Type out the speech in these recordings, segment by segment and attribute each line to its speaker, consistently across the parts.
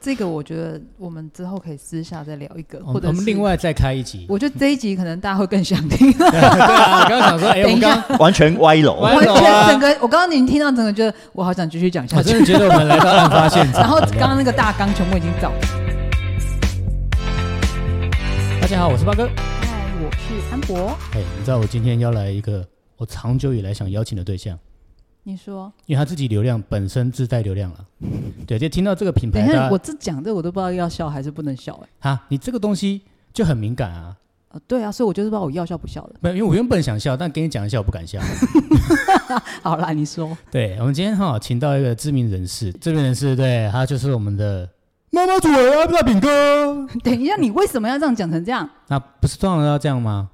Speaker 1: 这个我觉得我们之后可以私下再聊一个，
Speaker 2: 我
Speaker 1: 或
Speaker 2: 们
Speaker 1: 者
Speaker 2: 我们
Speaker 1: 是
Speaker 2: 另，外再开一集。
Speaker 1: 我觉得这一集可能大家会更想听。
Speaker 2: 对啊，我刚刚想 说，哎，
Speaker 1: 等
Speaker 2: 我
Speaker 1: 一下
Speaker 2: 刚
Speaker 3: 完全歪楼。
Speaker 2: 歪
Speaker 1: 我
Speaker 2: 楼
Speaker 1: 觉
Speaker 2: 啊
Speaker 1: 得整个，我刚刚您听到整个，觉得我好想继续讲下
Speaker 2: 我
Speaker 1: 去。
Speaker 2: 真的觉得我们来到案发现场。
Speaker 1: 然后刚刚那个大纲全部已经找出
Speaker 2: 大家好，我是八哥。
Speaker 1: 来，我是安博。
Speaker 2: 哎，你知道我今天邀来一个我长久以来想邀请的对象，
Speaker 1: 你说，
Speaker 2: 因为他自己流量本身自带流量了。对，就听到这个品
Speaker 1: 等
Speaker 2: 牌，
Speaker 1: 一
Speaker 2: 大
Speaker 1: 下，
Speaker 2: 家
Speaker 1: 我这讲这我都不知道要笑还是不能笑哎、
Speaker 2: 啊，你这个东西就很敏感啊。
Speaker 1: 呃，对啊，所以我就是不知道我要笑不笑的。
Speaker 2: 没有，因为我原本想笑，但跟你讲一下，我不 敢笑。
Speaker 1: 好啦，你 说，
Speaker 2: 对，我们今天哈、请到一个知名人士，知名人士对他就是我们的妈妈主人啊，大饼哥。
Speaker 1: 等一下，你为什么要这样讲成这样？
Speaker 2: 那不是通常都要这样吗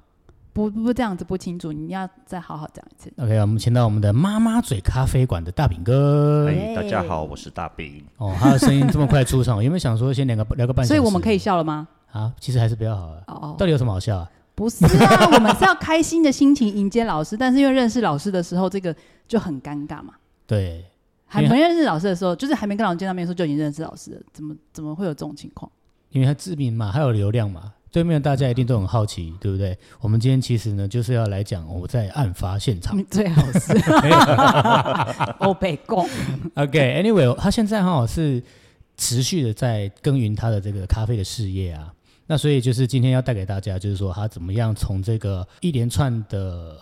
Speaker 1: 不不不，这样子不清楚，你要再好好讲一次。
Speaker 2: ？OK，我们请到我们的妈妈嘴咖啡馆的大饼哥。
Speaker 3: 哎，大家好，我是大兵。
Speaker 2: 哦，他的声音这么快出场，有没有想说先聊个聊个半小
Speaker 1: 所
Speaker 2: 时？
Speaker 1: 以我们可以笑了吗？
Speaker 2: 啊，其实还是比较好的。
Speaker 1: 哦
Speaker 2: 到，底有什么好笑啊？
Speaker 1: 不是啊，我们是要开心的心情迎接老师，但是因为认识老师的时候，这个就很尴尬嘛。
Speaker 2: 对，
Speaker 1: 还
Speaker 3: 啊
Speaker 2: 因为
Speaker 1: 没认识老师的时候，就是还没跟老师见到面的时候就已经认识老师了，怎么怎么会有这种情况？
Speaker 2: 因为他知名嘛，还有流量嘛，对面大家一定都很好奇，对不对？我们今天其实呢，就是要来讲我在案发现场。
Speaker 1: 嗯，最好是哦欧北贡，
Speaker 2: OK，Anyway，、他现在哈、是持续的在耕耘他的这个咖啡的事业啊。那所以就是今天要带给大家，就是说他怎么样从这个一连串的，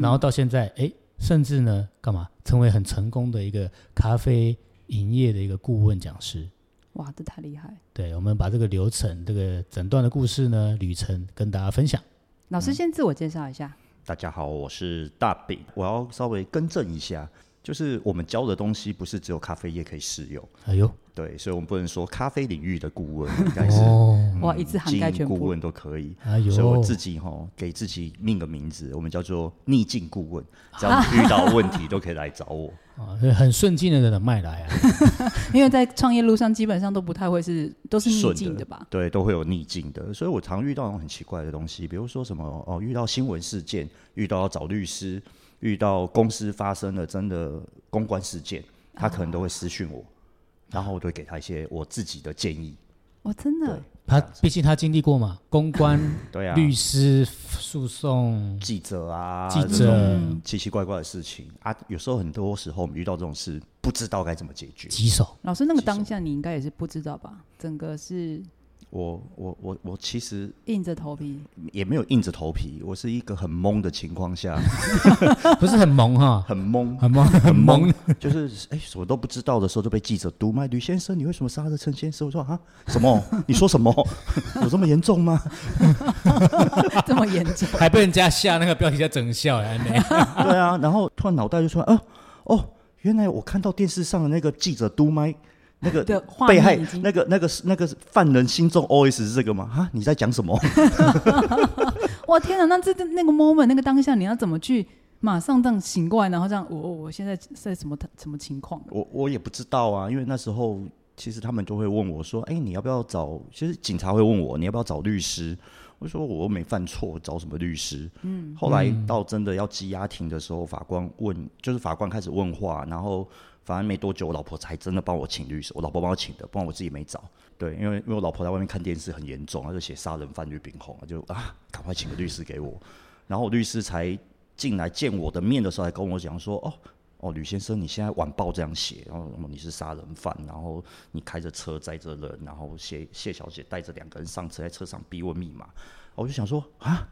Speaker 2: 然后到现在，哎，甚至呢，干嘛成为很成功的一个咖啡营业的一个顾问讲师。
Speaker 1: 哇，这太厉害！
Speaker 2: 对，我们把这个流程、这个整段的故事呢、旅程跟大家分享。
Speaker 1: 老师先自我介绍一下，
Speaker 3: 大家好，我是大饼。我要稍微更正一下，就是我们教的东西不是只有咖啡业可以适用，
Speaker 2: 哎呦，
Speaker 3: 对，所以我们不能说咖啡领域的顾问，应该是
Speaker 2: 哦，
Speaker 3: 嗯
Speaker 1: 哇，一次涵
Speaker 3: 经
Speaker 1: 盖全
Speaker 3: 营顾
Speaker 1: 部，
Speaker 3: 问都可以。
Speaker 2: 哎呦，
Speaker 3: 所以我自己哈、给自己命个名字，我们叫做逆境顾问，只要你遇到问题都可以来找我。
Speaker 2: 啊，很顺境的人脉来啊。
Speaker 1: 因为在创业路上基本上都不太会是都是逆
Speaker 3: 顺
Speaker 1: 境的
Speaker 3: 的
Speaker 1: 吧？
Speaker 3: 对，都会有逆境的，所以我常遇到那种很奇怪的东西，比如说什么哦，遇到新闻事件，遇到要找律师，遇到公司发生了真的公关事件，他可能都会私讯我，然后我都会给他一些我自己的建议。
Speaker 1: 我真的
Speaker 2: 他毕竟他经历过嘛，公关、
Speaker 3: 对啊，
Speaker 2: 律师、诉讼，
Speaker 3: 记者啊，
Speaker 2: 记
Speaker 3: 这
Speaker 2: 者
Speaker 3: 种奇奇怪怪的事情啊，有时候很多时候我们遇到这种事，不知道该怎么解决。
Speaker 2: 棘手。
Speaker 1: 老师那个当下你应该也是不知道吧？整个是
Speaker 3: 我我我我其实
Speaker 1: 硬着头皮，
Speaker 3: 也没有硬着头皮，我是一个很懵的情况下，
Speaker 2: 不是很萌哈，
Speaker 3: 很懵，
Speaker 2: 很萌，很萌。
Speaker 3: 就是哎、什么都不知道的时候就被记者毒卖。吕先生，你为什么杀了陈先生？我说啊，什么？你说什么？ 有这么严重吗？
Speaker 1: 这么严重，
Speaker 2: 还被人家下那个标题叫整笑哎，安内
Speaker 3: 对啊，然后突然脑袋就出来，啊，哦，原来我看到电视上的那个记者毒卖那个
Speaker 1: 的画面
Speaker 3: 被害
Speaker 1: 已经
Speaker 3: 那个那个那个犯人心中 OS 是这个吗？啊，你在讲什么？
Speaker 1: 哇天哪！那这那个 moment 那个当下你要怎么去马上这样醒过来，然后这样我我我现在在什么什么情况？
Speaker 3: 我我也不知道啊，因为那时候其实他们就会问我说：“哎、你要不要找？”其实警察会问我：“你要不要找律师？”我说：“我又没犯错，找什么律师？”嗯。后来到真的要羁押庭的时候，法官问，就是法官开始问话，然后反正没多久，我老婆才真的帮我请律师，我老婆帮我请的，不然我自己没找。对，因为因为我老婆在外面看电视很严重，她就写杀人犯吕炳宏，她就啊，赶快请个律师给我。然后我律师才进来见我的面的时候，还跟我讲说：“哦，哦，吕先生，你现在晚报这样写，然后什么你是杀人犯，然后你开着车载着人，然后谢谢小姐带着两个人上车，在车上逼问密码。我就想说啊，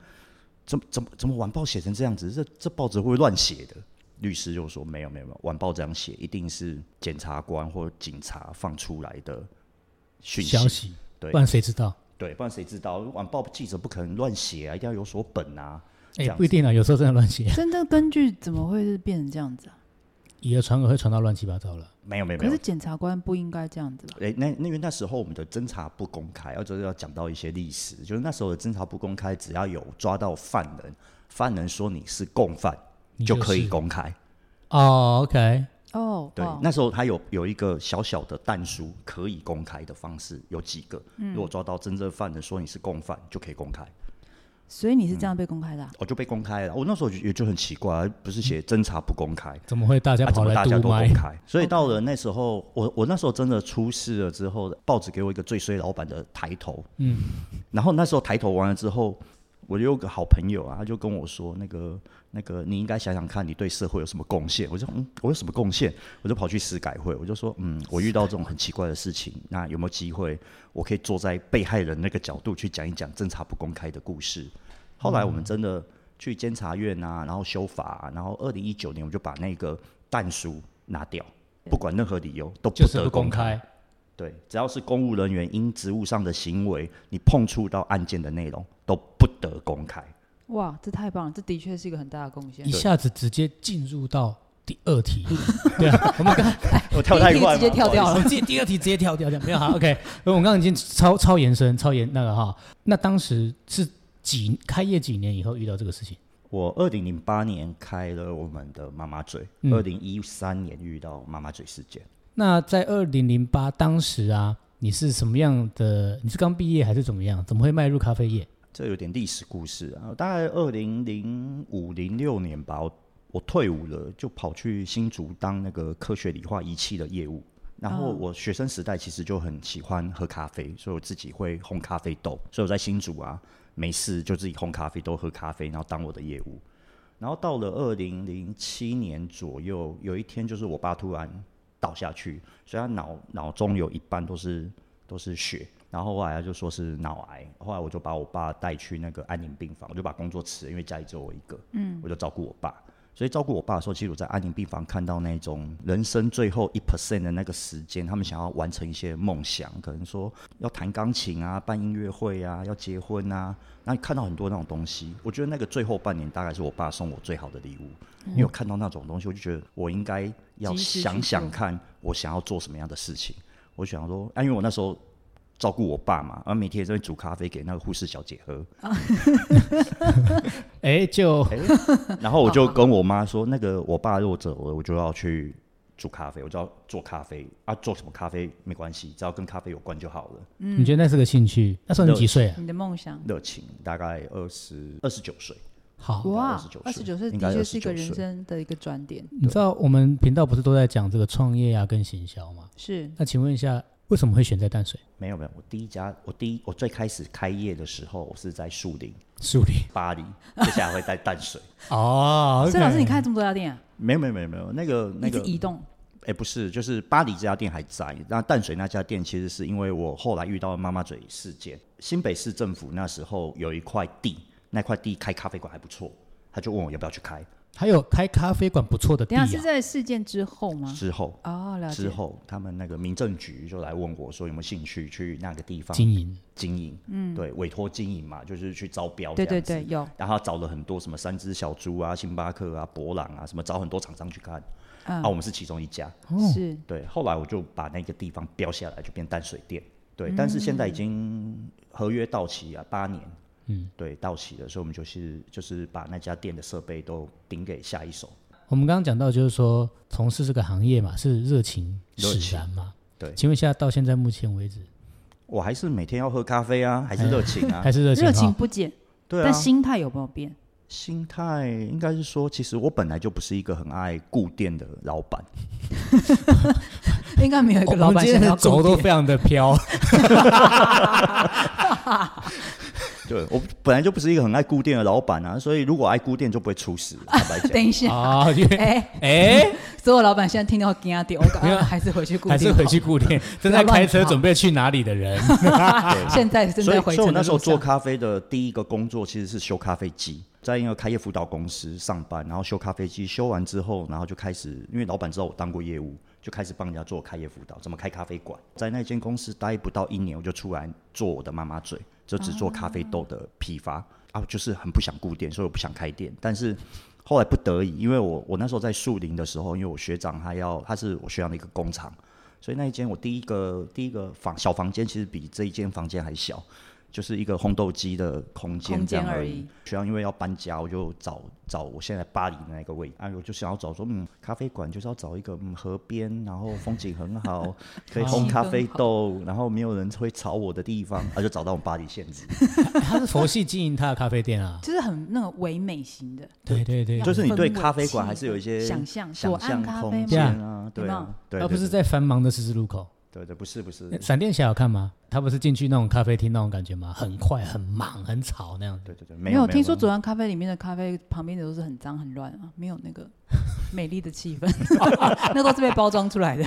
Speaker 3: 怎么怎么怎么晚报写成这样子？这这报纸会不会乱写的？律师就说没有没有没有，晚报这样写一定是检察官或警察放出来的讯息
Speaker 2: 消，息，
Speaker 3: 对
Speaker 2: 不然谁知道？
Speaker 3: 对，不然谁知道？晚报记者不可能乱写啊，一定要有所本啊。这
Speaker 2: 哎，
Speaker 3: 样
Speaker 2: 不一定啊，有时候真的乱写，
Speaker 1: 真的根据怎么会是变成这样子啊？
Speaker 2: 以讹传讹会传到乱七八糟了。
Speaker 3: 没有没有没
Speaker 1: 可
Speaker 3: 有
Speaker 1: 是，检察官不应该这样子吧？
Speaker 3: 诶，那那因为那时候我们的侦查不公开，要就是要讲到一些历史，就是那时候的侦查不公开，只要有抓到犯人，犯人说你是共犯，
Speaker 2: 你
Speaker 3: 就是可以公开。
Speaker 2: 哦，OK，
Speaker 1: 哦，
Speaker 3: 对
Speaker 1: 哇，
Speaker 3: 那时候他有有一个小小的弹书可以公开的方式，有几个。如果抓到真正犯人说你是共犯，就可以公开。
Speaker 1: 所以你是这样被公开的啊、
Speaker 3: 我就被公开了。我哦那时候就也就很奇怪，不是写侦查不公开，
Speaker 2: 怎么会大家
Speaker 3: 啊，怎
Speaker 2: 跑
Speaker 3: 么
Speaker 2: 来
Speaker 3: 大家
Speaker 2: 堵
Speaker 3: 都
Speaker 2: 麦
Speaker 3: 公？开？所以到了那时候，我我那时候真的出事了之后，报纸给我一个最衰老板的抬头，嗯，然后那时候抬头完了之后，我有个好朋友啊，他就跟我说，那个那个你应该想想看，你对社会有什么贡献？我就嗯，我有什么贡献？我就跑去司改会，我就说嗯，我遇到这种很奇怪的事情，那有没有机会我可以坐在被害人那个角度去讲一讲侦查不公开的故事？后来我们真的去监察院啊，然后修法啊、然后二零一九年我就把那个弹书拿掉，不管任何理由 都
Speaker 2: 就是
Speaker 3: 得
Speaker 2: 不
Speaker 3: 公
Speaker 2: 公。开，
Speaker 3: 对，只要是公务人员因职务上的行为，你碰触到案件的内容都不得公开。
Speaker 1: 哇，这太棒了，这的确是一个很大的贡献
Speaker 2: 一。下子直接进入到第二 题。对啊，我们刚
Speaker 3: 我跳
Speaker 1: 第一
Speaker 3: 太
Speaker 1: 题
Speaker 3: 快
Speaker 1: 直接
Speaker 3: 吗
Speaker 1: 跳
Speaker 3: 不好意
Speaker 1: 掉
Speaker 3: 思
Speaker 1: 了
Speaker 2: 我们第第二题直接跳掉掉，没有好 OK。我们刚刚已经超超延伸、超延那个哈。那当时是几开业几年以后遇到这个事情？
Speaker 3: 我二零零八年开了我们的妈妈嘴，
Speaker 2: 嗯
Speaker 3: 二零一三年遇到妈妈嘴事件。
Speaker 2: 那在二零零八当时啊，你是什么样的？你是刚毕业还是怎么样？怎么会迈入咖啡业？
Speaker 3: 这有点历史故事啊，大概二零零五零六年吧，我我退伍了，就跑去新竹当那个科学理化仪器的业务。然后
Speaker 1: 哦
Speaker 3: 我学生时代其实就很喜欢喝咖啡，所以我自己会烘咖啡豆，所以我在新竹啊没事就自己烘咖啡豆、喝咖啡，然后当我的业务。然后到了二零零七年左右，有一天就是我爸突然倒下去，所以他脑脑中有一半都是都是血，然后后来他就说是脑癌，后来我就把我爸带去那个安宁病房，我就把工作辞了，因为家里只有我一个，嗯，我就照顾我爸。所以照顾我爸的时候，其实我在安宁病房看到那种人生最后一 percent 的那个时间，他们想要完成一些梦想，可能说要弹钢琴啊、办音乐会啊、要结婚啊，那你看到很多那种东西。我觉得那个最后半年大概是我爸送我最好的礼物，因为我看到那种东西，我就觉得我应该要
Speaker 1: 及时去
Speaker 3: 想想
Speaker 1: 做
Speaker 3: 看我想要做什么样的事情。我想说，啊，因为我那时候照顾我爸嘛，啊，每天也在那边煮咖啡给那个护士小姐喝，
Speaker 2: 哎，就
Speaker 3: 哎然后我就跟我妈说，那个我爸如果走了，我就要去煮咖啡，我就要做咖啡啊，做什么咖啡没关系，只要跟咖啡有关就好了。
Speaker 2: 你觉得那是个兴趣？那时候你几岁啊？
Speaker 1: 你的梦想
Speaker 3: 热情大概二十二十九岁，
Speaker 2: 好，
Speaker 1: 哇
Speaker 3: 29，
Speaker 1: 二
Speaker 3: 岁
Speaker 1: 十九岁
Speaker 3: 应
Speaker 1: 的
Speaker 3: 该
Speaker 1: 确是一个
Speaker 3: 29
Speaker 1: 人
Speaker 3: 岁
Speaker 1: 生的一个转点，
Speaker 2: 你知道我们频道不是都在讲这个创业啊跟行销吗？
Speaker 1: 是
Speaker 2: 那请问一下，为什么会选在淡水
Speaker 3: 没有没有，我第一家，我第一我最开始开业的时候，我是在树林、
Speaker 2: 树林？
Speaker 3: 巴黎，接下来会在淡水。
Speaker 2: 哦，
Speaker 1: 所以老师，你开了这么多家店啊，
Speaker 3: 没有没有没有没有，那个那
Speaker 1: 一直
Speaker 3: 个
Speaker 1: 移动，
Speaker 3: 哎、不是，就是巴黎这家店还在，那淡水那家店其实是因为我后来遇到妈妈嘴事件，新北市政府那时候有一块地，那块地开咖啡馆还不错，他就问我要不要去开。
Speaker 2: 还有开咖啡馆不错的地
Speaker 1: 等一
Speaker 2: 啊
Speaker 1: 下，是在事件之后吗？
Speaker 3: 之后，
Speaker 1: 哦，了
Speaker 3: 之
Speaker 1: 解。
Speaker 3: 后他们那个民政局就来问我说有没有兴趣去那个地方
Speaker 2: 经营
Speaker 3: 经营，嗯，对，委托经营嘛，就是去招标，
Speaker 1: 对对对，。有
Speaker 3: 然后他找了很多什么三只小猪啊、星巴克啊、博朗啊，什么找很多厂商去看，
Speaker 1: 嗯
Speaker 3: 啊，我们是其中一家。
Speaker 1: 是
Speaker 3: 对，后来我就把那个地方标下来，就变淡水店。对，但是现在已
Speaker 1: 嗯
Speaker 3: 经合约到期啊，八年。嗯，对，到期了，所以我们就是就是把那家店的设备都顶给下一手。
Speaker 2: 我们刚刚讲到，就是说从事这个行业嘛，是热情使然嘛。
Speaker 3: 热情对
Speaker 2: 请问一下，到现在目前为止，
Speaker 3: 我还是每天要喝咖啡啊，还是热情啊
Speaker 2: 还，是热情？
Speaker 1: 热情
Speaker 2: 哈
Speaker 1: 不减，
Speaker 3: 对啊
Speaker 1: 哎但。心态有没有变？
Speaker 3: 心态应该是说，其实我本来就不是一个很爱顾店的老板，
Speaker 1: 应该没有 一个
Speaker 2: 哦
Speaker 1: 老
Speaker 2: 我们
Speaker 1: 板
Speaker 2: 今
Speaker 1: 想
Speaker 2: 天的
Speaker 1: 要做
Speaker 2: 轴都非常的飘，
Speaker 3: 对我本来就不是一个很爱顾店的老板啊，所以如果爱顾店就不会出事。坦白讲，
Speaker 1: 等一下，
Speaker 2: 啊，因为
Speaker 1: 哎，
Speaker 2: 哎，
Speaker 1: 所有老板现在听到惊啊 掉，我
Speaker 2: 没
Speaker 1: 刚
Speaker 2: 有
Speaker 1: 还是回去固定，
Speaker 2: 还是回去，固定，正在开
Speaker 1: 不要
Speaker 2: 车
Speaker 1: 乱跑
Speaker 2: 准备去哪里的人，
Speaker 1: 现在正
Speaker 3: 所以
Speaker 1: 在，回
Speaker 3: 所以
Speaker 1: 程
Speaker 3: 我
Speaker 1: 的
Speaker 3: 那
Speaker 1: 路
Speaker 3: 时
Speaker 1: 上。
Speaker 3: 候做咖啡的第一个工作其实是修咖啡机，在一个开业辅导公司上班，然后修咖啡机，修完之后，然后就开始，因为老板知道我当过业务，就开始帮人家做开业辅导，怎么开咖啡馆。在那间公司待不到一年，我就出来做我的妈妈嘴，就只做咖啡豆的批发啊，我就是很不想顾店，所以我不想开店，但是。后来不得已，因为我我那时候在树林的时候，因为我学长他要他是我学长的一个工厂，所以那一间我第一个第一个房小房间其实比这一间房间还小，就是一个烘豆机的空间
Speaker 1: 空
Speaker 3: 这
Speaker 1: 间
Speaker 3: 样
Speaker 1: 而
Speaker 3: 而
Speaker 1: 已
Speaker 3: 已。学校因为要搬家，我就找找我现在巴黎的那个位置，啊，我就想要找说，嗯，咖啡馆就是要找一个嗯河边，然后风景 很好，可以烘
Speaker 1: 气
Speaker 3: 咖
Speaker 1: 氛
Speaker 3: 啡
Speaker 1: 好
Speaker 3: 豆，然后没有人会吵我的地方，啊，就找到我们巴黎县址。
Speaker 2: 他是佛系经营他的咖啡店啊。
Speaker 1: 就是很那种唯美型的，
Speaker 2: 对对对，
Speaker 1: 要
Speaker 3: 就是你对
Speaker 1: 氛围
Speaker 3: 咖啡
Speaker 1: 气
Speaker 3: 馆还是有一
Speaker 1: 氛
Speaker 3: 些
Speaker 1: 想象左
Speaker 3: 想
Speaker 1: 岸
Speaker 3: 象
Speaker 1: 咖啡
Speaker 3: 空
Speaker 1: 吗
Speaker 3: 间啊，对
Speaker 1: 有没
Speaker 3: 啊，对，
Speaker 2: 而不
Speaker 3: 对
Speaker 2: 是在呃繁忙的十字路口。
Speaker 3: 对对，不是不是，
Speaker 2: 闪电侠有看吗？他不是进去那种咖啡厅那种感觉吗？很快、很忙、很吵那样子。
Speaker 3: 对对对，
Speaker 1: 没
Speaker 3: 没
Speaker 1: 有
Speaker 3: 有
Speaker 1: 听说左岸咖啡里面的咖啡旁边的都是很脏很乱啊，没有那个美丽的气氛， 那都是被包装出来的，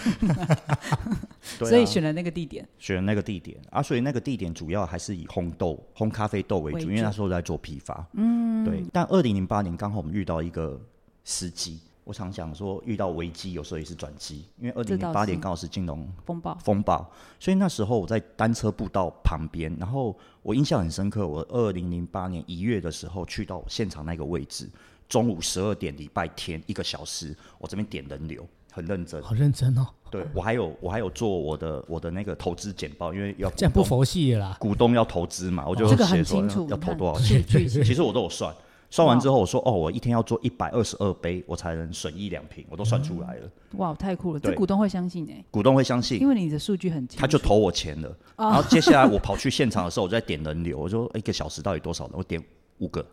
Speaker 3: 对啊
Speaker 1: 所以选了那个地点。
Speaker 3: 选那个地点啊，所以那个地点主要还是以烘豆、烘咖啡豆为
Speaker 1: 为
Speaker 3: 主，因为那
Speaker 1: 主
Speaker 3: 时候在做批发。嗯，对。但二零零八年刚好我们遇到一个时机，我常讲说遇到危机有时候也是转机，因为二
Speaker 1: 这
Speaker 3: 零
Speaker 1: 倒
Speaker 3: 零
Speaker 1: 是
Speaker 3: 八年刚好是金融
Speaker 1: 风暴
Speaker 3: 风暴，所以那时候我在单车步道旁边，然后我印象很深刻，我二零零八年一月的时候去到现场那个位置，中午十二点礼拜天一个小时，我这边点人流，很认真。
Speaker 2: 好认真哦，
Speaker 3: 对我还有我还有做我的我的那个投资简报，因为要
Speaker 2: 这样不
Speaker 3: 股东
Speaker 2: 佛系了啦。
Speaker 3: 股东要投资嘛，我就
Speaker 1: 哦这个很
Speaker 3: 写说
Speaker 1: 清楚
Speaker 3: 要，要
Speaker 1: 你
Speaker 3: 投
Speaker 1: 看
Speaker 3: 多少
Speaker 1: 数
Speaker 3: 钱，
Speaker 1: 据
Speaker 3: 其实我都有算。算完之后，我说哦，我一天要做一百二十二杯，我才能损益两平，我都算出来了。
Speaker 1: 哇，太酷了！这
Speaker 3: 对
Speaker 1: 股东会相信哎、
Speaker 3: 股东会相信
Speaker 1: 因，为你的数据很清楚，
Speaker 3: 他就投我钱了。然后接下来我跑去现场的时候，我就在点人流，我说哎一个小时到底多少人？我点五个，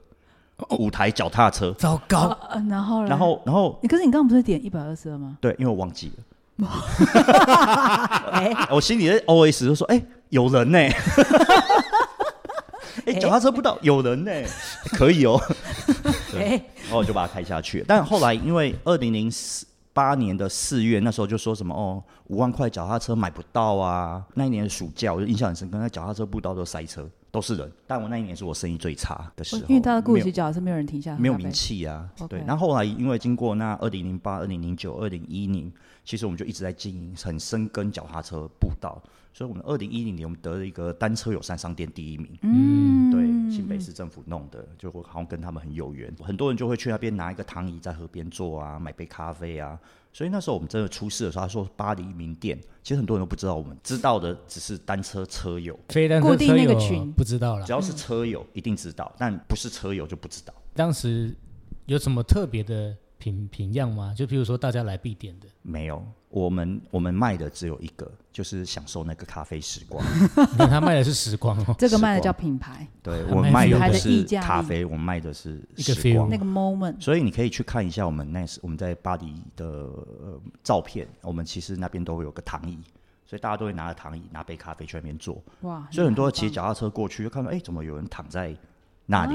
Speaker 3: 五台脚踏车。
Speaker 2: 糟
Speaker 1: 啊
Speaker 2: 糕，
Speaker 1: 啊然后嘞
Speaker 3: 然后，然后
Speaker 1: 你可是你刚刚不是点一百二十二吗？
Speaker 3: 对，因为我忘记了，
Speaker 1: 哎、
Speaker 3: 我心里的 OS 就说：哎，有人呢。哎，脚踏车不到，有人呢，可以哦。
Speaker 1: 哎、
Speaker 3: 然后我就把它开下去。但后来因为二零零四八年的四月，那时候就说什么哦，五万块脚踏车买不到啊。那一年的暑假，我就印象很深刻，那脚踏车步道都塞车，都是人。但我那一年是我生意最差的时候，
Speaker 1: 因为哦他的故
Speaker 3: 没
Speaker 1: 事
Speaker 3: 有
Speaker 1: 角是没有人停下来喝
Speaker 3: 没有
Speaker 1: 咖啡
Speaker 3: 名气啊。
Speaker 1: OK
Speaker 3: 对，那后来因为经过那二零零八、二零零九、二零一零，其实我们就一直在经营很深耕脚踏车步道，所以我们二零一零年我们得了一个单车友善商店第一名。嗯，对，新北市政府弄的，就我好像跟他们很有缘，很多人就会去那边拿一个躺椅在河边坐啊，买杯咖啡啊。所以那时候我们真的出事的时候，他说巴黎名店，其实很多人都不知道，我们知道的只是单车车友，
Speaker 1: 嗯
Speaker 2: 非但
Speaker 1: 固
Speaker 2: 是
Speaker 1: 定
Speaker 2: 车
Speaker 1: 那个
Speaker 2: 友
Speaker 1: 群，
Speaker 2: 不知道啦
Speaker 3: 只。要是车友一定知道，但不是车友就不知道。
Speaker 2: 当时有什么特别的品品样吗？就比如说大家来必点的，
Speaker 3: 没有，我们我们卖的只有一个，就是享受那个咖啡时光。
Speaker 2: 你看他卖的是时光哦
Speaker 1: 这个卖的叫品牌，
Speaker 3: 对
Speaker 2: 还
Speaker 3: 我们
Speaker 2: 卖
Speaker 3: 卖
Speaker 1: 品牌的
Speaker 3: 的不
Speaker 1: 溢
Speaker 3: 是
Speaker 1: 价力
Speaker 3: 咖啡，我们卖的是
Speaker 2: 一个
Speaker 3: 时光
Speaker 2: feel
Speaker 1: 那。个 moment
Speaker 3: 所以你可以去看一下我们那时我们在巴黎的、呃、照片，我们其实那边都会有个躺椅，所以大家都会拿着躺椅拿杯咖啡去那边坐。
Speaker 1: 哇，
Speaker 3: 所以很多骑
Speaker 1: 其
Speaker 3: 脚踏车过去就看到，哎、怎么有人躺在那里？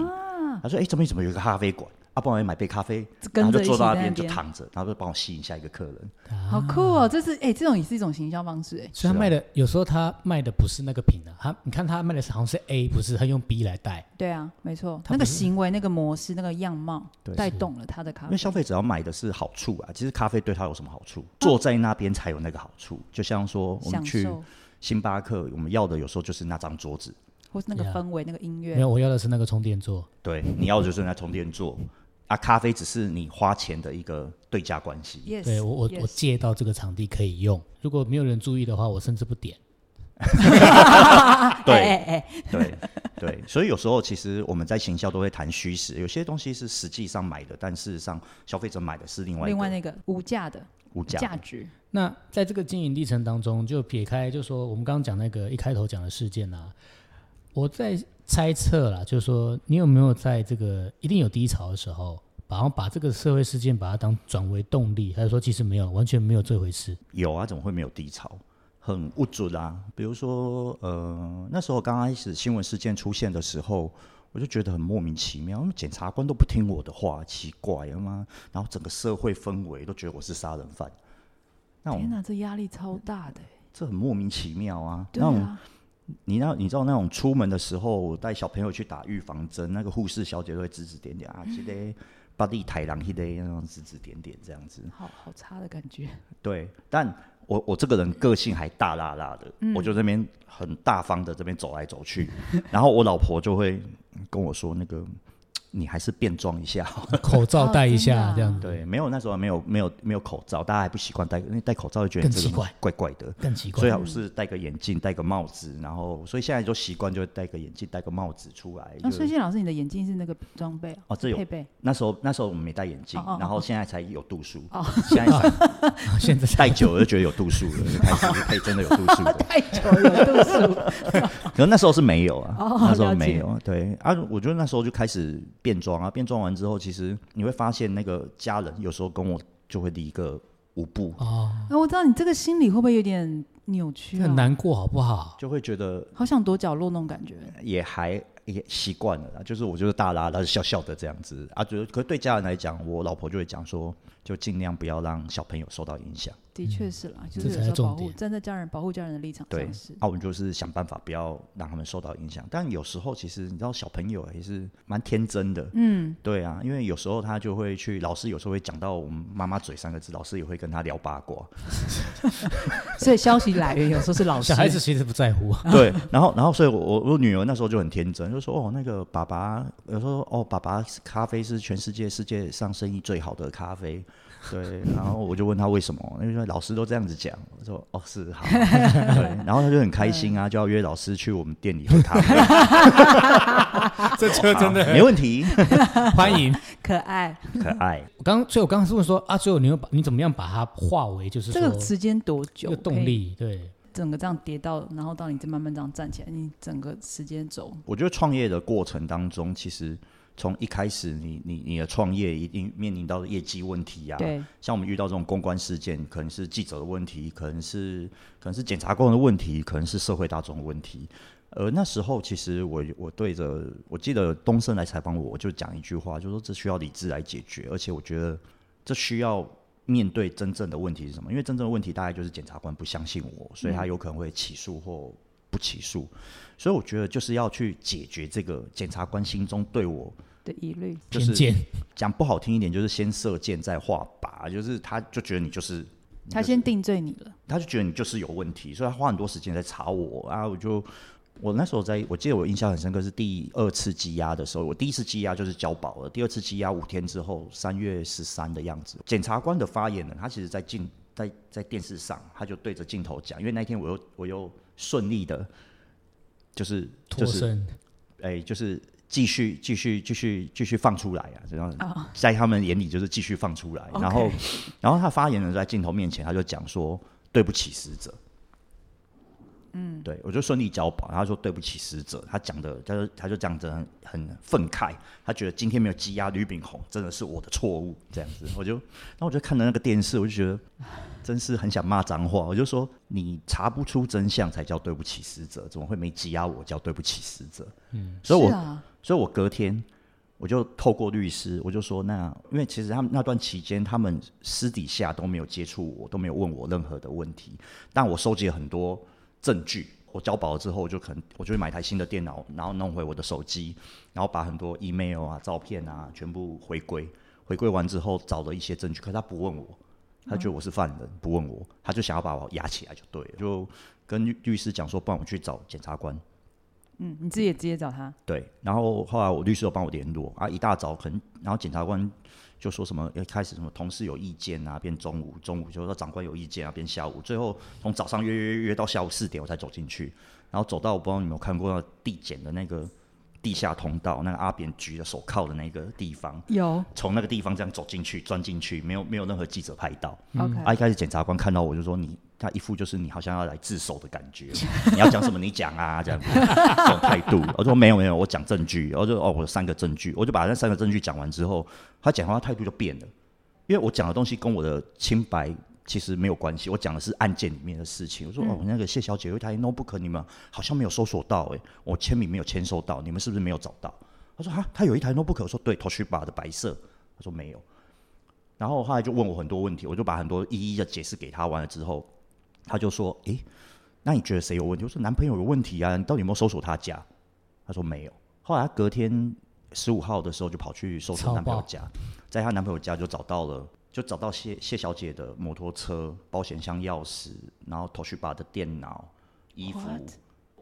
Speaker 3: 他说，哎、怎么怎么有一个咖啡馆？啊，帮我也买杯咖啡，然
Speaker 1: 啊跟
Speaker 3: 后
Speaker 1: 着
Speaker 3: 就
Speaker 1: 一
Speaker 3: 坐
Speaker 1: 起
Speaker 3: 到
Speaker 1: 在
Speaker 3: 那边就
Speaker 1: 边，
Speaker 3: 躺着，然后就帮我吸引下一个客人。
Speaker 1: 好酷哦！这是哎、这种也是一种行销方式哎、
Speaker 3: 啊
Speaker 2: 所以他卖的有时候他卖的不是那个品啊，他你看他卖的是好像是 A，不是他用 B 来带。
Speaker 1: 对啊，没错，
Speaker 2: 它
Speaker 1: 那
Speaker 2: 不
Speaker 1: 个
Speaker 2: 是
Speaker 1: 行为、那个模式、那个样貌
Speaker 3: 对
Speaker 1: 带动了他的咖
Speaker 3: 因
Speaker 1: 啡
Speaker 3: 为。消费者要买的是好处啊，其实咖啡对他有什么好处？坐在那边才有那个好处。就像说
Speaker 1: 啊
Speaker 3: 我们
Speaker 1: 享
Speaker 3: 去
Speaker 1: 受，
Speaker 3: 星巴克，我们要的有时候就是那张桌子，
Speaker 1: 或是那个
Speaker 2: Yeah
Speaker 1: 氛围、那个音
Speaker 2: 没
Speaker 1: 乐，
Speaker 2: 有，我要的是那个充电座。
Speaker 3: 对，你要的就是那充电座啊，咖啡只是你花钱的一个对价关 系。
Speaker 1: Yes，
Speaker 2: 对我我
Speaker 1: yes
Speaker 2: 我借到这个场地可以用，如果没有人注意的话，我甚至不点。
Speaker 3: 对
Speaker 1: 哎哎哎，
Speaker 3: 对对，所以有时候其实我们在行销都会谈虚实，有些东西是实际上买的，但事实上消费者买的是另外一
Speaker 1: 另外
Speaker 3: 个
Speaker 1: 那个无价的
Speaker 3: 物价。
Speaker 1: 价值，
Speaker 2: 那在这个经营历程当中，就撇开，就说我们刚刚讲那个一开头讲的事件啊，我在猜测啦，就是说你有没有在这个一定有低潮的时候，然后把这个社会事件把它当转为动力，还是说其实没有，完全没有这回事？
Speaker 3: 有啊，怎么会没有低潮？很物质啦，比如说，呃，那时候刚开始新闻事件出现的时候，我就觉得很莫名其妙，因为检察官都不听我的话，奇怪了吗？然后整个社会氛围都觉得我是杀人犯，那
Speaker 1: 天
Speaker 3: 种
Speaker 1: 哪，这压力超大的欸，
Speaker 3: 这很莫名其妙啊。
Speaker 1: 对
Speaker 3: 那种
Speaker 1: 啊，
Speaker 3: 你那你知道那种出门的时候带小朋友去打预防针，那个护士小姐都会指指点点
Speaker 2: 嗯
Speaker 3: 啊，记得巴蒂太郎，记得那种指指点点这样子。
Speaker 1: 好好差的感觉，
Speaker 3: 对，但我我这个人个性还大辣辣的，
Speaker 2: 嗯
Speaker 3: 我就这边 很大方的这边走来走去，然后我老婆就会跟我说那个。你还是变装一下好了。
Speaker 2: 口罩戴
Speaker 1: 哦
Speaker 2: 一
Speaker 1: 真的
Speaker 2: 下
Speaker 1: 啊
Speaker 2: 这样子，
Speaker 3: 对，没有那时候还没有没有没有口罩，大家还不习惯戴，因为戴口罩就觉得
Speaker 2: 更
Speaker 3: 这
Speaker 2: 奇
Speaker 3: 个
Speaker 2: 怪
Speaker 3: 怪怪的。
Speaker 2: 更奇怪
Speaker 3: 所以。我是戴个眼镜，戴个帽子，然后所以现在就习惯就戴个眼镜，戴个帽子出来。
Speaker 1: 那
Speaker 3: 就
Speaker 1: 所以谢老师，你的眼镜是那个装备啊
Speaker 3: 哦这有
Speaker 1: 配备
Speaker 3: 那时候那时候我们没戴眼镜
Speaker 1: 哦哦哦，
Speaker 3: 然后现在才有度数
Speaker 1: 哦，
Speaker 3: 现在才啊
Speaker 2: 现在
Speaker 3: 戴久了就觉得有度数了，就开始就可以真的有度 数了。
Speaker 1: 太久了，度 数
Speaker 3: 可能那时候是没有啊，
Speaker 1: 哦
Speaker 3: 那时候
Speaker 1: 了解
Speaker 3: 没有。对啊，我觉得那时候就开始变装啊，变装完之后，其实你会发现那个家人有时候跟我就会离个五步，
Speaker 2: 哦，
Speaker 1: 那哎我知道你这个心理会不会有点扭曲、啊？
Speaker 2: 很，难过好不好？
Speaker 3: 就会觉得
Speaker 1: 好想躲角落那种感觉。
Speaker 2: 嗯
Speaker 3: 也还也习惯了啦，就是我就是大拉拉笑笑的这样子啊，觉得可是对家人来讲，我老婆就会讲说，就尽量不要让小朋友受到影响，
Speaker 1: 的确是啦，就
Speaker 2: 这
Speaker 1: 是
Speaker 2: 才
Speaker 1: 有
Speaker 2: 是
Speaker 1: 时候保
Speaker 2: 重
Speaker 1: 护
Speaker 2: 点
Speaker 1: 站在家人保护家人的立场
Speaker 3: 对
Speaker 1: 上是，
Speaker 3: 啊，我们就是想办法不要让他们受到影响。但有时候其实你知道，小朋友也是蛮天真的，
Speaker 1: 嗯，
Speaker 3: 对啊，因为有时候他就会去，老师有时候会讲到我们妈妈嘴三个字，老师也会跟他聊八卦，
Speaker 1: 所以消息来源有时候是老师，
Speaker 2: 小孩子其实不在 乎，
Speaker 3: 对，然后然后所以我我我女儿那时候就很天真，就说哦那个爸爸，有时候哦爸爸咖啡是全世界世界上生意最好的咖啡，对，然后我就问他为什么，因为说老师都这样子讲，我说哦是好，对，然后他就很开心啊，就要约老师去我们店里喝咖啡，
Speaker 2: 这车
Speaker 3: 好没问题，
Speaker 2: 欢迎。
Speaker 1: 可爱，
Speaker 3: 可爱。
Speaker 2: 我刚，所以我刚刚是问说啊，最后你又把你怎么样把它化为就是
Speaker 1: 这
Speaker 2: 说
Speaker 1: 个时间多
Speaker 2: 这
Speaker 1: 久？
Speaker 2: 个动，力，对，
Speaker 1: 整个这样跌到，然后到你再慢慢这样站起来，你整个时间轴，
Speaker 3: 我觉得创业的过程当中，其实从一开始你，你你的创业一定面临到的业绩问题呀、啊，
Speaker 1: 对，
Speaker 3: 像我们遇到这种公关事件，可能是记者的问题，可能是可能是检察官的问题，可能是社会大众的问题。而那时候，其实我我对着，我记得东升来采访我，我就讲一句话，就说这需要理智来解决，而且我觉得这需要面对真正的问题是什么？因为真正的问题大概就是检察官不相信我，所以
Speaker 2: 嗯
Speaker 3: 他有可能会起诉或不起诉。所以我觉得就是要去解决这个检察官心中对我
Speaker 1: 的疑虑，
Speaker 3: 就
Speaker 2: 偏
Speaker 3: 是
Speaker 2: 见，
Speaker 3: 讲不好听一点，就是先射箭再画靶，就是他就觉得你就是，
Speaker 1: 他先定罪你了，
Speaker 3: 他就觉得你就是有问题，所以他花很多时间在查我啊，我就。我那时候在，我记得我印象很深刻是第二次积压的时候，我第一次积压就是交保了，第二次积压五天之后，三月十三的样子，检察官的发言人，他其实在镜在在电视上，他就对着镜头讲，因为那天我又我又顺利的，就是
Speaker 2: 脱
Speaker 3: 就是
Speaker 2: 身，
Speaker 3: 哎，就是继续继续继续继续放出来啊，这样、在他们眼里就是继续放出来。然后
Speaker 1: OK，
Speaker 3: 然后他发言人在镜头面前，他就讲说对不起死者。嗯，对我就顺利交保，他说对不起死者，他讲的，他就他就讲的很很愤慨，他觉得今天没有羁押吕炳宏真的是我的错误，这样子，我就，然后我就看着那个电视，我就觉得啊真是很想骂脏话，我就说你查不出真相才叫对不起死者，怎么会没羁押我叫对不起死者？嗯，所以我
Speaker 1: 是啊，
Speaker 3: 所以我隔天我就透过律师，我就说那，因为其实他们那段期间，他们私底下都没有接触我，都没有问我任何的问题，但我收集了很多证据。我交保了之后，我就可能我就会买台新的电脑，然后弄回我的手机，然后把很多 email 啊、照片啊全部回归。回归完之后，找了一些证据，可是他不问我，他觉得我是犯人，不问我，他就想要把我压起来就对了，就跟律律师讲说，不然我去找检察官。
Speaker 1: 嗯，你自己也直接找他，
Speaker 3: 对，然后后来我律师有帮我联络啊，一大早可能，然后检察官就说什么，一开始什么同事有意见啊，变中午，中午就说长官有意见啊，变下午，最后从早上约约约到下午四点我才走进去，然后走到我不知道你们有看过那地检的那个地下通道，那个阿扁举着手铐的那个地方，
Speaker 1: 有
Speaker 3: 从那个地方这样走进去，钻进去，没有没有任何记者拍到，啊，
Speaker 1: ，OK，
Speaker 3: 一开始检察官看到我就说你，他一副就是你好像要来自首的感觉， 你要讲什么你讲啊，这样子这种态度。我说没有没有，我讲证据。我就哦，我有三个证据，我就把那三个证据讲完之后，他讲话态度就变了，因为我讲的东西跟我的清白。其实没有关系，我讲的是案件里面的事情。我说、哦，那个谢小姐有一台 notebook，你们好像没有搜索到、欸，我签名没有签收到，你们是不是没有找到？他说啊，他有一台 notebook，我说对，Toshiba 的白色。他说没有。然后后来就问我很多问题，我就把很多一一的解释给他。完了之后，他就说：“诶，那你觉得谁有问题？”我说：“男朋友有问题啊，你到底有没有搜索他家？”他说没有。后来他隔天十五号的时候就跑去搜索
Speaker 2: 超
Speaker 3: 男朋友
Speaker 2: 爆
Speaker 3: 家，在她男朋友家就找到了，就找到谢谢小姐的摩托车、保险箱钥匙，然后 Toshiba 的电脑、衣服
Speaker 1: What？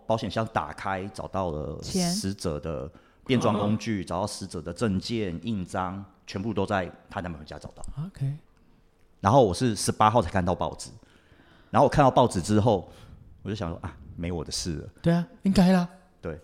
Speaker 3: 保险箱打开找到了
Speaker 1: 钱
Speaker 3: 死者的变装工具，找到死者的证件、印章，全部都在她男朋友家找到。
Speaker 2: OK，
Speaker 3: 然后我是十八号才看到报纸，然后我看到报纸之后，我就想说啊，没我的事了，
Speaker 2: 对啊，应该啦。
Speaker 3: 对，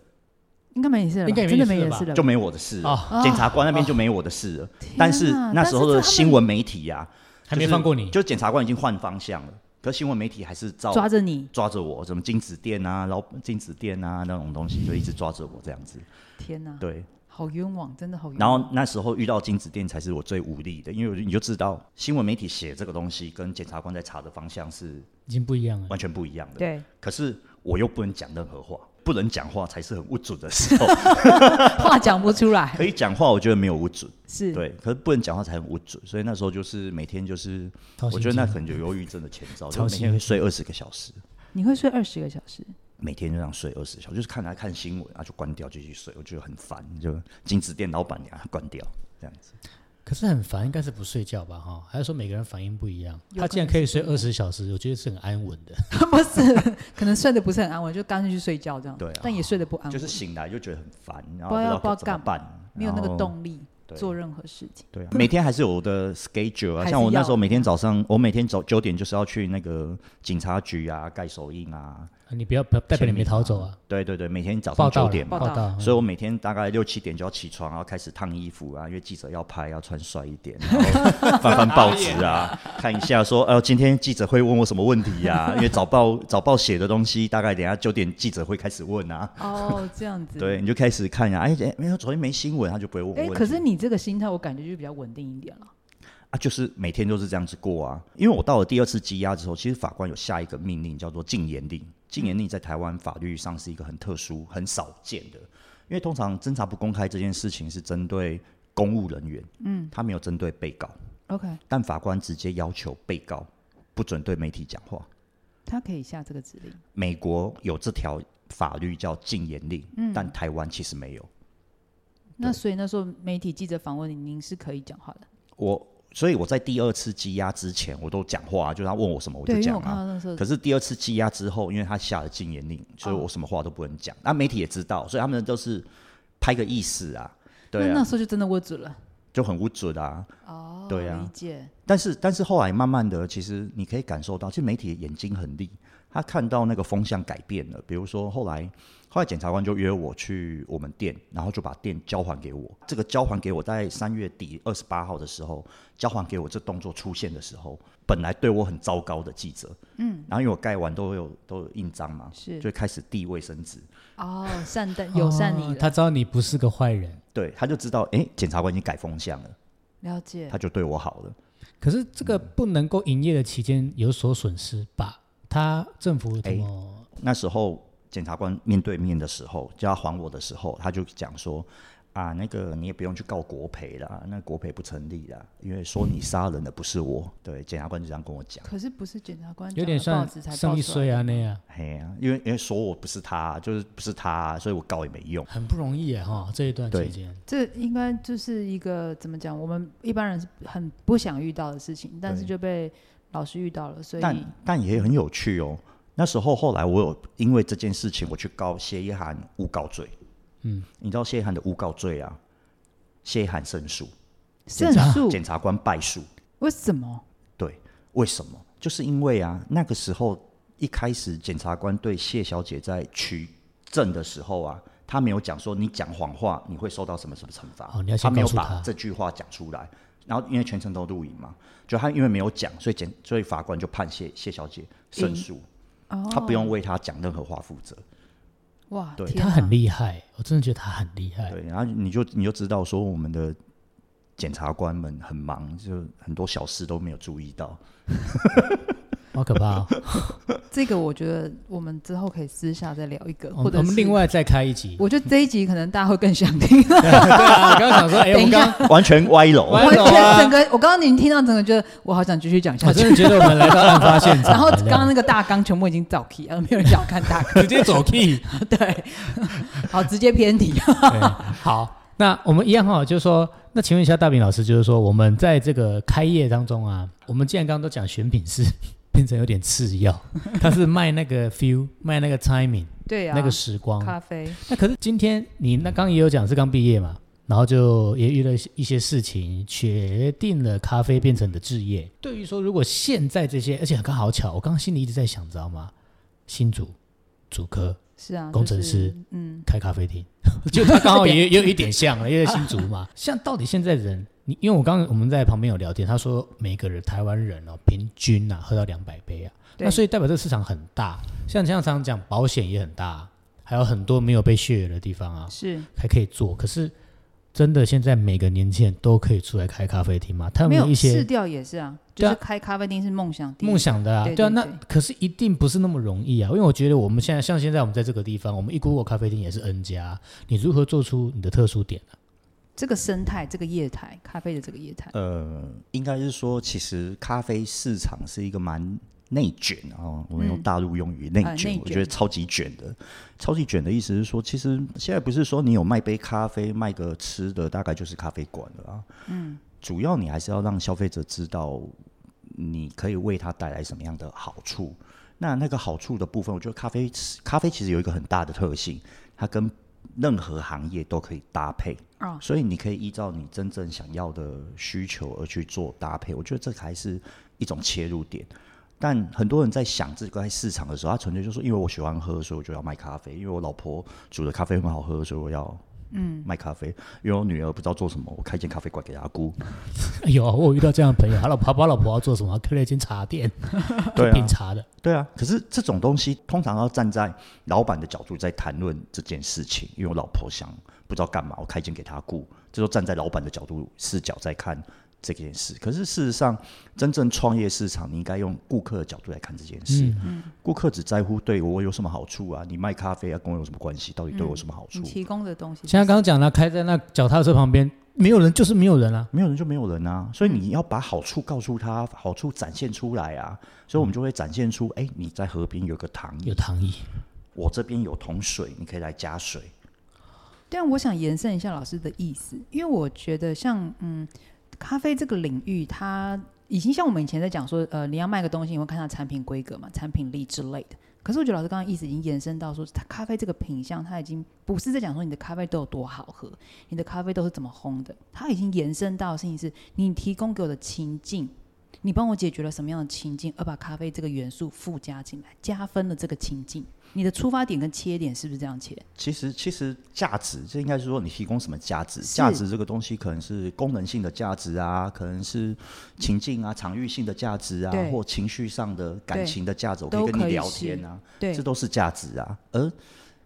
Speaker 1: 应该没事了吧，
Speaker 2: 应该也没
Speaker 1: 真的
Speaker 2: 事
Speaker 1: 没
Speaker 2: 了
Speaker 1: 有
Speaker 2: 吧
Speaker 1: 事了吧，
Speaker 3: 就没我的事了。
Speaker 2: 啊
Speaker 3: 检察官那边就没我的事了，
Speaker 1: 哦天
Speaker 3: 但是
Speaker 1: 哪
Speaker 3: 那时候的
Speaker 1: 但是
Speaker 3: 新闻媒体呀、啊，
Speaker 2: 还
Speaker 3: 就
Speaker 2: 没
Speaker 3: 是
Speaker 2: 放过你
Speaker 3: 就检察官已经换方向了，可新闻媒体还是照
Speaker 1: 抓着你，
Speaker 3: 抓着我，什么金子店啊，老金子店啊那种东西，就一直抓着我这样子。
Speaker 1: 天哪，
Speaker 3: 对，
Speaker 1: 好冤枉，真的
Speaker 2: 嗯
Speaker 1: 好冤
Speaker 3: 然
Speaker 1: 枉。
Speaker 3: 后那时候遇到金子店才是我最无力的，因为我就你就知道新闻媒体写这个东西跟检察官在查的方向是
Speaker 2: 已经不一样了。
Speaker 3: 完全不一样的。
Speaker 1: 对，
Speaker 3: 可是我又不能讲任何话，不能讲话才是很 不准的时候，
Speaker 1: 话讲不出来，
Speaker 3: 可以讲话我觉得没有不准，
Speaker 1: 是，
Speaker 3: 对，可是不能讲话才很不准，所以那时候就是每天就是，
Speaker 2: 超
Speaker 3: 我
Speaker 2: 心
Speaker 3: 觉得
Speaker 2: 机
Speaker 3: 那可能有忧郁症的前兆，就
Speaker 2: 超
Speaker 3: 每
Speaker 2: 心
Speaker 3: 天会
Speaker 2: 机
Speaker 3: 睡二十个小时。
Speaker 1: 你会睡二十个小时，
Speaker 3: 每天就这样睡二十小时，就是看他看新闻啊，就关掉继续睡，我觉得很烦，就金子店老板娘关掉这样子。
Speaker 2: 可是很烦，应该是不睡觉吧？哈，还是说每个人反应不一样？
Speaker 1: 有
Speaker 2: 他
Speaker 1: 可
Speaker 2: 既然
Speaker 1: 能
Speaker 2: 可以睡二十小时，我觉得是很安稳的。
Speaker 1: 不是，可能睡得不是很安稳，就干脆去睡觉这样，
Speaker 3: 对啊
Speaker 1: 但也睡得不安稳，
Speaker 3: 就是醒来就觉得很烦，然
Speaker 1: 不
Speaker 3: 后
Speaker 1: 知道
Speaker 3: 不知道
Speaker 1: 不知道
Speaker 3: 怎么办，
Speaker 1: 没有那个
Speaker 3: 然后。
Speaker 1: 动力
Speaker 3: 对
Speaker 1: 做任何事情。
Speaker 3: 对啊，每天还是有我的 schedule 啊，
Speaker 1: 还是
Speaker 3: 像我那时
Speaker 1: 要
Speaker 3: 候每天早上，我每天早九点就是要去那个警察局啊盖手印啊，
Speaker 2: 啊你不要不要代表你没逃走啊！
Speaker 3: 对对对，每天早
Speaker 2: 报
Speaker 3: 上
Speaker 2: 道
Speaker 3: 九
Speaker 2: 啦
Speaker 3: 点嘛
Speaker 1: 报，道嗯
Speaker 2: 道，嗯
Speaker 3: 所以我每天大概六七点就要起床，然后开始烫衣服啊，因为记者要拍，要穿帅一点， 然后翻翻报纸啊，看一下说，呃，今天记者会问我什么问题呀、因为早报早报写的东西，大概等一下九点记者会开始问啊。
Speaker 1: 哦，这样子。
Speaker 3: 对，你就开始看呀、哎哎，没有，昨天没新闻，他就不会问我
Speaker 1: 哎、
Speaker 3: 问题。
Speaker 1: 可是你这个心态，我感觉就比较稳定一点了。
Speaker 3: 啊，就是每天都是这样子过啊。因为我到了第二次羁押之后，其实法官有下一个命令叫做禁言令。禁言令在台湾法律上是一个很特殊、很少见的，因为通常侦查不公开这件事情是针对公务人员，嗯，他没有针对被告，
Speaker 1: OK，
Speaker 3: 但法官直接要求被告不准对媒体讲话。
Speaker 1: 他可以下这个指令，
Speaker 3: 美国有这条法律叫禁言令，
Speaker 1: 嗯
Speaker 3: 但台湾其实没有。
Speaker 1: 那所以那时候媒体记者访问你，您是可以讲话的。
Speaker 3: 我所以我在第二次羁押之前，我都讲话啊、就是他问我什么我就
Speaker 1: 对，因为
Speaker 3: 讲
Speaker 1: 我看
Speaker 3: 啊。
Speaker 1: 到那时候
Speaker 3: 可是第二次羁押之后，因为他下了禁言令，所
Speaker 1: 哦
Speaker 3: 以我什么话都不能讲。那、媒体也知道，所以他们都是拍个意思啊，对
Speaker 1: 那那
Speaker 3: 啊，
Speaker 1: 时候就真的握住了。
Speaker 3: 就很无准啊。
Speaker 1: 哦，
Speaker 3: 对啊
Speaker 1: 理解。
Speaker 3: 但是但是后来慢慢的，其实你可以感受到，其实媒体眼睛很利，他看到那个风向改变了。比如说后来后来检察官就约我去我们店，然后就把店交还给我。这个交还给我在三月底二十八号的时候，交还给我这动作出现的时候，本来对我很糟糕的记者，嗯，然后因为我盖完都有都有印章嘛，
Speaker 1: 是
Speaker 3: 就开始递卫生纸。
Speaker 1: 哦，善待友善你
Speaker 2: 哦
Speaker 1: 了，
Speaker 2: 他知道你不是个坏人。
Speaker 3: 对，他就知道，哎、检察官已经改风向了，
Speaker 1: 了解
Speaker 3: 他。就对我好了。
Speaker 2: 可是这个不能够营业的期间有所损失吧？他政府怎么？
Speaker 3: 那时候检察官面对面的时候，就要还我的时候，他就讲说，啊，那个你也不用去告国赔啦，那国赔不成立啦，因为说你杀人的不是我。对，检察官就这样跟我讲。
Speaker 1: 可是不是检察官
Speaker 2: 有点
Speaker 1: 讲了
Speaker 2: 像
Speaker 1: 报纸才
Speaker 2: 生
Speaker 1: 爆
Speaker 2: 意
Speaker 1: 出来
Speaker 2: 衰啊那样，
Speaker 3: 嘿呀、因为因为说我不是他，就是不是他，所以我告也没用。
Speaker 2: 很不容易耶哈。这一段期
Speaker 3: 对
Speaker 2: 间，
Speaker 1: 这应该就是一个怎么讲，我们一般人是很不想遇到的事情，但是
Speaker 3: 对
Speaker 1: 就被老师遇到了，所以
Speaker 3: 但但也很有趣哦。那时候后来我有因为这件事情，我去告谢依涵诬告罪。嗯，你知道谢依涵的诬告罪啊？谢依涵胜诉，
Speaker 1: 胜诉
Speaker 3: 检察官败诉。
Speaker 1: 为什么？
Speaker 3: 对，为什么？就是因为啊，那个时候一开始检察官对谢小姐在取证的时候啊，他没有讲说你讲谎话你会受到什么什么惩罚，
Speaker 2: 哦你要先
Speaker 3: 他没有
Speaker 2: 告诉
Speaker 3: 把
Speaker 2: 他
Speaker 3: 这句话讲出来。然后因为全程都录影嘛，就他因为没有讲，所以检所以法官就判谢谢小姐胜诉，
Speaker 1: 哦，
Speaker 3: 他不用为他讲任何话负责。
Speaker 2: 哦
Speaker 1: 哇，
Speaker 3: 对
Speaker 1: 天啊
Speaker 2: 他
Speaker 1: 哪
Speaker 2: 很厉害，我真的觉得他很厉害。
Speaker 3: 对，然后你就你就知道说我们的检察官们很忙，就很多小事都没有注意到。
Speaker 2: 好可怕、哦！
Speaker 1: 这个我觉得我们之后可以私下再聊一个，或
Speaker 2: 我们
Speaker 1: 者
Speaker 2: 我们
Speaker 1: 是
Speaker 2: 另，外再开一集。
Speaker 1: 我觉得这一集可能大家会更想 听。
Speaker 2: 对啊，我刚刚想说，哎、
Speaker 1: 等
Speaker 2: 我
Speaker 1: 一下
Speaker 2: 刚
Speaker 3: 完全歪楼，
Speaker 2: 歪
Speaker 1: 我
Speaker 2: 楼
Speaker 1: 觉
Speaker 2: 啊
Speaker 1: 得整个，我刚刚你听到整个，觉得我好想继续讲下
Speaker 2: 我
Speaker 1: 去。
Speaker 2: 真的觉得我们来到案发现场了，
Speaker 1: 然后刚刚那个大纲全部已经早 key 了，没有人想要看大纲。
Speaker 2: 直接走 key。
Speaker 1: 对，好，直接偏题。
Speaker 2: 对 好，那我们一样哈，就是说，那请问一下大饼老师，就是说，我们在这个开业当中啊，我们既然刚刚 都讲选品是变成有点次要，他是卖那个 feel，卖那个 timing，
Speaker 1: 对啊，
Speaker 2: 那个时光。
Speaker 1: 咖啡，
Speaker 2: 那可是今天你那刚也有讲是刚毕业嘛，然后就也遇到一些一些事情，决定了咖啡变成你的置业。对于说，如果现在这些，而且刚好巧，我刚刚心里一直在想，知道吗？新主主科
Speaker 1: 是啊，
Speaker 2: 工
Speaker 1: 就
Speaker 2: 程
Speaker 1: 是
Speaker 2: 师，
Speaker 1: 嗯，
Speaker 2: 开咖啡厅， 就他刚好也也有一点像了，因为新竹 嘛。像到底现在人，你因为我刚刚我们在旁边有聊天，他说每个人台湾人哦，平均啊喝到两百杯啊，
Speaker 1: 对
Speaker 2: 那所以代表这个市场很大。像像常常讲保险也很大，还有很多没有被血缘的地方啊，
Speaker 1: 是
Speaker 2: 还可以做。可是真的现在每个年轻人都可以出来开咖啡厅吗？他
Speaker 1: 没
Speaker 2: 们有
Speaker 1: 有
Speaker 2: 一
Speaker 1: 试
Speaker 2: 些
Speaker 1: 调也是啊，
Speaker 2: 对
Speaker 1: 就
Speaker 2: 啊
Speaker 1: 是开咖啡厅是梦想地，
Speaker 2: 梦想的啊，
Speaker 1: 对
Speaker 2: 对啊，
Speaker 1: 对
Speaker 2: 那
Speaker 1: 对
Speaker 2: 可是一定不是那么容易啊，因为我觉得我们现在像现在我们在这个地方，我们一 Google 咖啡厅也是 N 加，你如何做出你的特殊点 啊？
Speaker 1: 这个生态，这个业态，咖啡的这个业态，
Speaker 3: 呃，应该是说，其实咖啡市场是一个蛮内卷的哦。我们用
Speaker 1: 嗯
Speaker 3: 大陆用语内
Speaker 1: 啊
Speaker 3: 卷，
Speaker 1: 内
Speaker 3: 我觉得
Speaker 1: 卷
Speaker 3: 超级卷的。超级卷的意思是说，其实现在不是说你有卖杯咖啡、卖个吃的，大概就是咖啡馆了啊。嗯，主要你还是要让消费者知道你可以为他带来什么样的好处。那那个好处的部分，我觉得咖啡咖啡其实有一个很大的特性，它跟任何行业都可以搭配。
Speaker 1: 啊
Speaker 3: 所以你可以依照你真正想要的需求而去做搭配，我觉得这还是一种切入点。但很多人在想这个市场的时候，他纯粹就说，因为我喜欢喝，所以我就要卖咖啡；因为我老婆煮的咖啡很好喝，所以我要嗯卖咖啡；因为我女儿不知道做什么，我开一间咖啡馆给她姑。
Speaker 2: 哎呦，我有遇到这样的朋友，他 老婆他老婆要做什么？开了一间茶店，
Speaker 3: 对
Speaker 2: 就
Speaker 3: 啊
Speaker 2: 品茶的，
Speaker 3: 对啊，可是这种东西通常要站在老板的角度在谈论这件事情，因为我老婆想不知道干嘛，我开间给她雇，这就站在老板的角度视角在看这件事。可是事实上，真正创业市场，你应该用顾客的角度来看这件事。
Speaker 2: 嗯
Speaker 3: 顾客只在乎对我有什么好处啊，你卖咖啡啊，跟我有什么关系？到底
Speaker 1: 嗯
Speaker 3: 对我有什么好处？
Speaker 1: 你提供的东西，
Speaker 2: 像他刚刚讲了，开在那脚踏车旁边，没有人就是没有人啊。
Speaker 3: 没有人就没有人啊，所以
Speaker 1: 嗯
Speaker 3: 你要把好处告诉他，好处展现出来啊，所以
Speaker 1: 嗯
Speaker 3: 我们就会展现出，哎、你在河边有个躺椅
Speaker 2: 有，躺椅，
Speaker 3: 我这边有桶水，你可以来加水。
Speaker 1: 但啊我想延伸一下老师的意思，因为我觉得像嗯，咖啡这个领域，它已经像我们以前在讲说，呃，你要卖个东西，你会看它产品规格嘛、产品力之类的。可是我觉得老师刚刚意思已经延伸到说，它咖啡这个品相，它已经不是在讲说你的咖啡豆有多好喝，你的咖啡豆是怎么烘的，它已经延伸到的事情是你提供给我的情境。你帮我解决了什么样的情境，而把咖啡这个元素附加进来，加分了这个情境。你的出发点跟切点是不是这样切？
Speaker 3: 其实，其实价值，这应该是说你提供什么价值？
Speaker 1: 是
Speaker 3: 价值这个东西可能是功能性的价值啊，可能是情境啊、场域性的价值啊
Speaker 1: 对，
Speaker 3: 或情绪上的、感
Speaker 1: 对
Speaker 3: 情的价值。我可以
Speaker 1: 都
Speaker 3: 跟你
Speaker 1: 可以
Speaker 3: 聊
Speaker 1: 是
Speaker 3: 天啊，
Speaker 1: 对
Speaker 3: 这，都是价值啊。而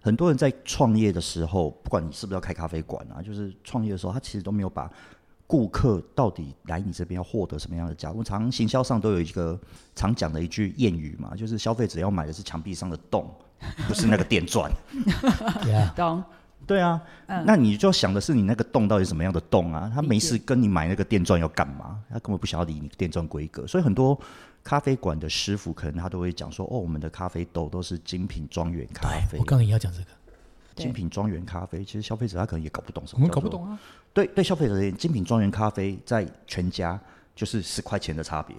Speaker 3: 很多人在创业的时候，不管你是不是要开咖啡馆啊，就是创业的时候，他其实都没有把顾客到底来你这边要获得什么样的价值。我们常行销上都有一个常讲的一句谚语嘛，就是消费者要买的是墙壁上的洞，不是那个电钻。
Speaker 2: 对啊，
Speaker 1: 懂。
Speaker 3: 对啊，那你就想的是你那个洞到底什么样的洞啊？他
Speaker 1: 嗯理
Speaker 3: 没
Speaker 1: 解
Speaker 3: 事跟你买那个电钻要干嘛？他根本不想要理你电钻规格，所以很多咖啡馆的师傅可能他都会讲说，哦，我们的咖啡豆都是精品庄园咖啡
Speaker 2: 我，刚刚也要讲这个，
Speaker 3: 精品庄园咖啡。其实消费者他可能也搞不懂什
Speaker 2: 我
Speaker 3: 么，
Speaker 2: 们搞不。懂 啊。
Speaker 3: 对对，消费者而言，精品庄园咖啡在全家就是十块钱的差别。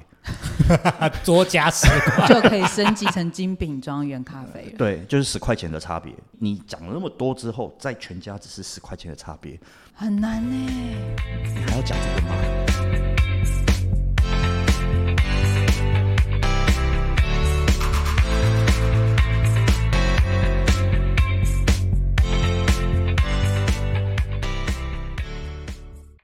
Speaker 2: 多加十块，
Speaker 1: 就可以升级成精品庄园咖啡了。
Speaker 3: 对，就是十块钱的差别。你讲了那么多之后，在全家只是十块钱的差别，
Speaker 1: 很难呢、欸
Speaker 3: 你还要讲这个吗？